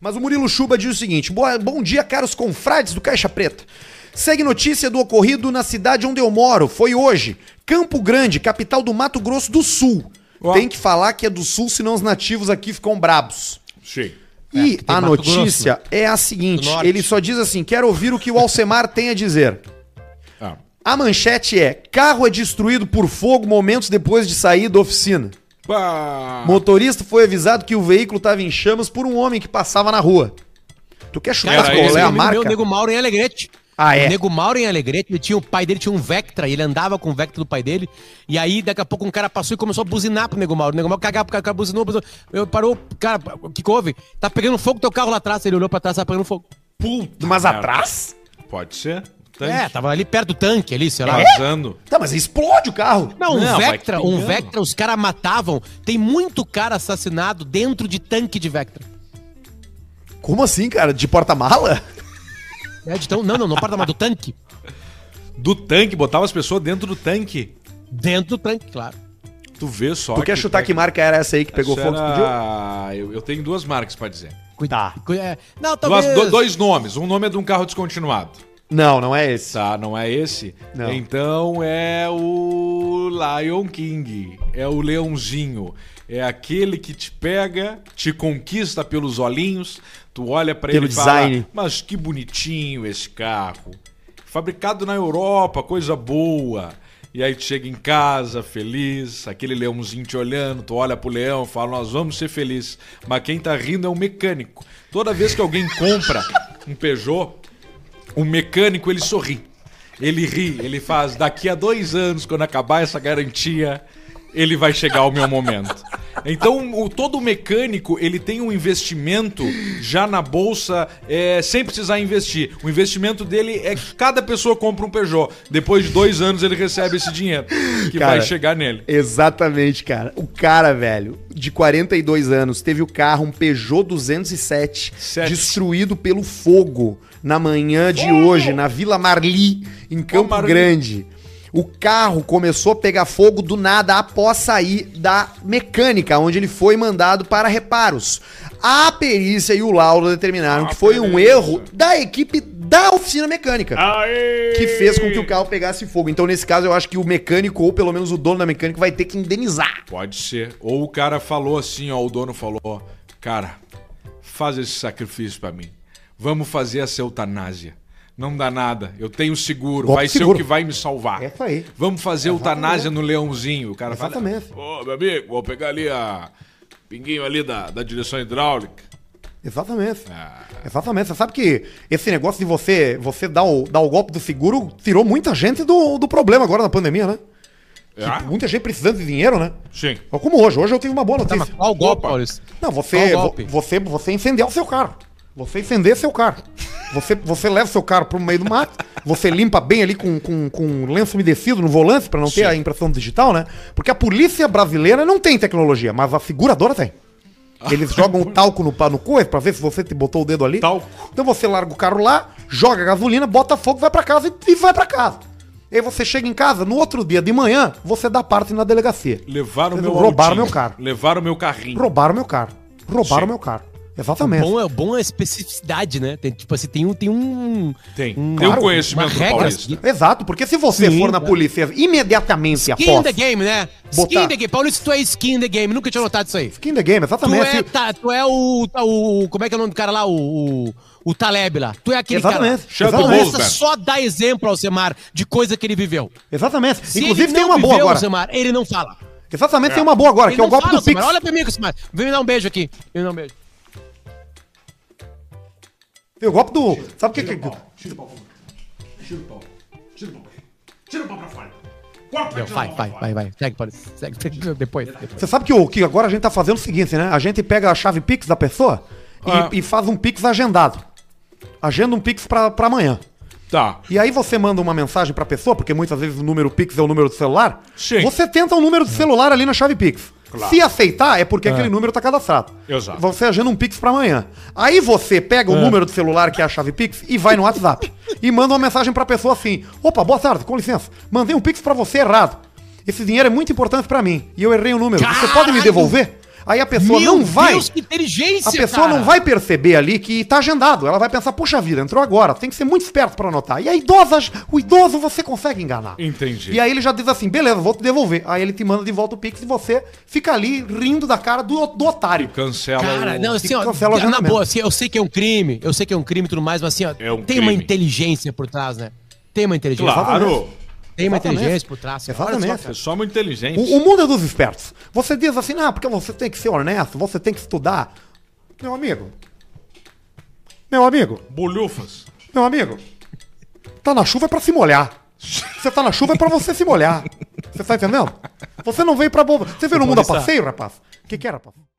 Mas o Murilo Chuba diz o seguinte: boa, bom dia, caros confrades do Caixa Preta. Segue notícia do ocorrido na cidade onde eu moro. Foi hoje. Campo Grande, capital do Mato Grosso do Sul. Ó. Tem que falar que é do sul, senão os nativos aqui ficam brabos. Sim. E É, porque tem a Mato né? notícia é a seguinte: Do norte. ele só diz assim: quero ouvir o que o Alcemar tem a dizer. Ah, A manchete é: carro é destruído por fogo momentos depois de sair da oficina. Pá. Motorista foi avisado que o veículo estava em chamas por um homem que passava na rua. Tu quer chutar Cara, qual esse é a amigo marca? Meu, Nego Mauro em Alegrete. Ah, é. O Nego Mauro em Alegrete, ele tinha, o pai dele tinha um Vectra, e ele andava com o Vectra do pai dele, e aí daqui a pouco um cara passou e começou a buzinar pro Nego Mauro. O Nego Mauro cagava, porque o cara buzinou, buzinou. Eu, parou, cara, o que que houve? Tá pegando fogo teu carro lá atrás. Ele olhou pra trás, tá pegando fogo. Puta Mas merda. atrás? Pode ser. É, Tanque tava ali perto do tanque, ali, sei lá. vazando. Tá, mas explode o carro. Não, um Não, vai Vectra, que um pegando. Vectra, os caras matavam. Tem muito cara assassinado dentro de tanque de Vectra. Como assim, cara? De porta-mala? É, de tão- não, não, não para mais do tanque. Do tanque, botava as pessoas dentro do tanque. Dentro do tanque, claro. Tu vê só. Tu quer chutar que marca era essa aí que pegou Isso fogo? e Explodiu? era- eu, eu tenho duas marcas pra dizer. Cuidado. É, não, Tá. Duas- talvez... do- dois nomes. Um nome é de um carro descontinuado. Não, não é esse. Tá, não é esse? Não. Então é o Lion King. É o leãozinho. É aquele que te pega, te conquista pelos olhinhos, tu olha pra Pelo ele e fala, design. mas que bonitinho esse carro. Fabricado na Europa, coisa boa. E aí tu chega em casa, feliz, aquele leãozinho te olhando, tu olha pro leão, fala, nós vamos ser felizes. Mas quem tá rindo é o mecânico. Toda vez que alguém compra um Peugeot, o mecânico ele sorri. Ele ri, ele faz. Daqui a dois anos, quando acabar essa garantia, ele vai chegar o meu momento. Então, o, todo mecânico ele tem um investimento já na bolsa, é, sem precisar investir. O investimento dele é que cada pessoa compra um Peugeot. Depois de dois anos, ele recebe esse dinheiro que Cara, vai chegar nele. Exatamente, cara. O cara, velho, de 42 anos, teve o carro, um Peugeot 207, Sete. destruído pelo fogo na manhã de hoje, na Vila Marli, em Campo Marli. Grande. O carro começou a pegar fogo do nada após sair da mecânica, onde ele foi mandado para reparos. A perícia e o laudo determinaram A que foi um perícia. erro da equipe da oficina mecânica que fez com que o carro pegasse fogo. Então, nesse caso, eu acho que o mecânico, ou pelo menos o dono da mecânica, vai ter que indenizar. Pode ser. Ou o cara falou assim, ó, o dono falou, ó, cara, faz esse sacrifício pra mim. Vamos fazer essa eutanásia. Não dá nada, eu tenho seguro, Golpe vai seguro. ser o que vai me salvar. É isso aí. Vamos fazer eutanásia no leãozinho. O cara Exatamente. fala, ô, meu amigo, vou pegar ali a pinguinho ali da, da direção hidráulica. Exatamente. Exatamente. Você sabe que esse negócio de você, você dar, o, dar o golpe do seguro tirou muita gente do, do problema agora na pandemia, né? Que Ah, Muita gente precisando de dinheiro, né? Sim. Ó, Como hoje. Hoje eu tive uma boa Tá, mas notícia. qual o golpe, Maurício? Não, você, Qual vo- golpe? você, você incendiar o seu carro. Você incendeia seu carro. Você, você leva seu carro pro meio do mato, você limpa bem ali com, com, com lenço umedecido no volante pra não ter a impressão digital, né? Porque a polícia brasileira não tem tecnologia, mas a seguradora tem. Ah. Eles jogam o talco no, pa- no coisa pra ver se você te botou o dedo ali. Talco. Então você larga o carro lá, joga gasolina, bota fogo, vai pra casa e, e vai pra casa. E aí você chega em casa, no outro dia de manhã, você dá parte na delegacia. Levaram Eles meu roubaram autinho, meu carro. Levaram meu carrinho. Roubaram meu carro. Roubaram Sim. meu carro. O Exatamente. bom é, o bom é a especificidade, né? Tem, tipo assim, tem um. Tem um. Tem. um- Tem um uma conhecimento regra paulista. seguir. Exato, porque se você Sim, for na né? polícia imediatamente após. Skin in the game, né? Botar- Skin in the game. Paulista, tu é skin in the game. Nunca tinha notado isso aí. Skin the game, Tu exatamente. é, tá, tu é o, tá, o. Como é que é o nome do cara lá? O. o o Taleb lá. Tu é aquele Exatamente. cara. Shadow Paulista Wolfman. só dá exemplo ao Semar de coisa que ele viveu. Exatamente. Se Inclusive ele tem não uma boa viveu, agora. Alcemar, ele não fala. Exatamente, tem uma boa agora, ele que é o não golpe fala, do Pix. Alcemar. Olha pra mim, Alcemar. Vem me dar um beijo aqui. Vem me dar um beijo. Tem o golpe do. Sabe o que que. Tira o pau. Tira o pau. Tira o pau. Tira o pau pra fora. Corta, Não, tira o vai, pau vai, pra vai, vai. Segue, Paulista. Segue. Depois. depois. Você sabe que o que agora a gente tá fazendo é o seguinte, né? A gente pega a chave Pix da pessoa e, Ah. e faz um Pix agendado. Agenda um Pix pra, pra amanhã. fora. Tá. E aí você manda uma mensagem pra pessoa, porque muitas vezes o número Pix é o número do celular. Sim. Você tenta o número do celular ali na chave Pix. Claro. Se aceitar, é porque aquele número tá cadastrado. Exato. Você agenda um Pix pra amanhã. Aí você pega o número do celular, que é a chave Pix, e vai no WhatsApp. e manda uma mensagem pra pessoa assim: Opa, boa tarde, com licença. Mandei um Pix pra você errado. Esse dinheiro é muito importante pra mim. E eu errei o número. Você pode me Caralho! devolver? Aí a pessoa Meu não vai. Deus, que inteligência, A pessoa cara. não vai perceber ali que tá agendado. Ela vai pensar, puxa vida, entrou agora. Tem que ser muito esperto pra anotar. E a idosa, o idoso você consegue enganar. Entendi. E aí ele já diz assim, beleza, vou te devolver. Aí ele te manda de volta o Pix e você fica ali rindo da cara do, do otário. Cancela Cara, o... não, assim, ó, cancela o na agendamento. boa, assim, eu sei que é um crime, eu sei que é um crime e tudo mais, mas assim, ó, É um tem uma crime. inteligência por trás, né? Tem uma inteligência. Claro. Exatamente. Tem uma Exatamente. inteligência por trás. cara. Olha só, Exatamente. É só muito inteligente. O, o mundo é dos espertos. Você diz assim, ah, porque você tem que ser honesto, você tem que estudar. Meu amigo. Meu amigo. Bolhufas. Meu amigo, tá na chuva é pra se molhar. Você tá na chuva é pra você se molhar. Você tá entendendo? Você não veio pra boba. Você veio no mundo a passeio, rapaz? O que, que é, rapaz?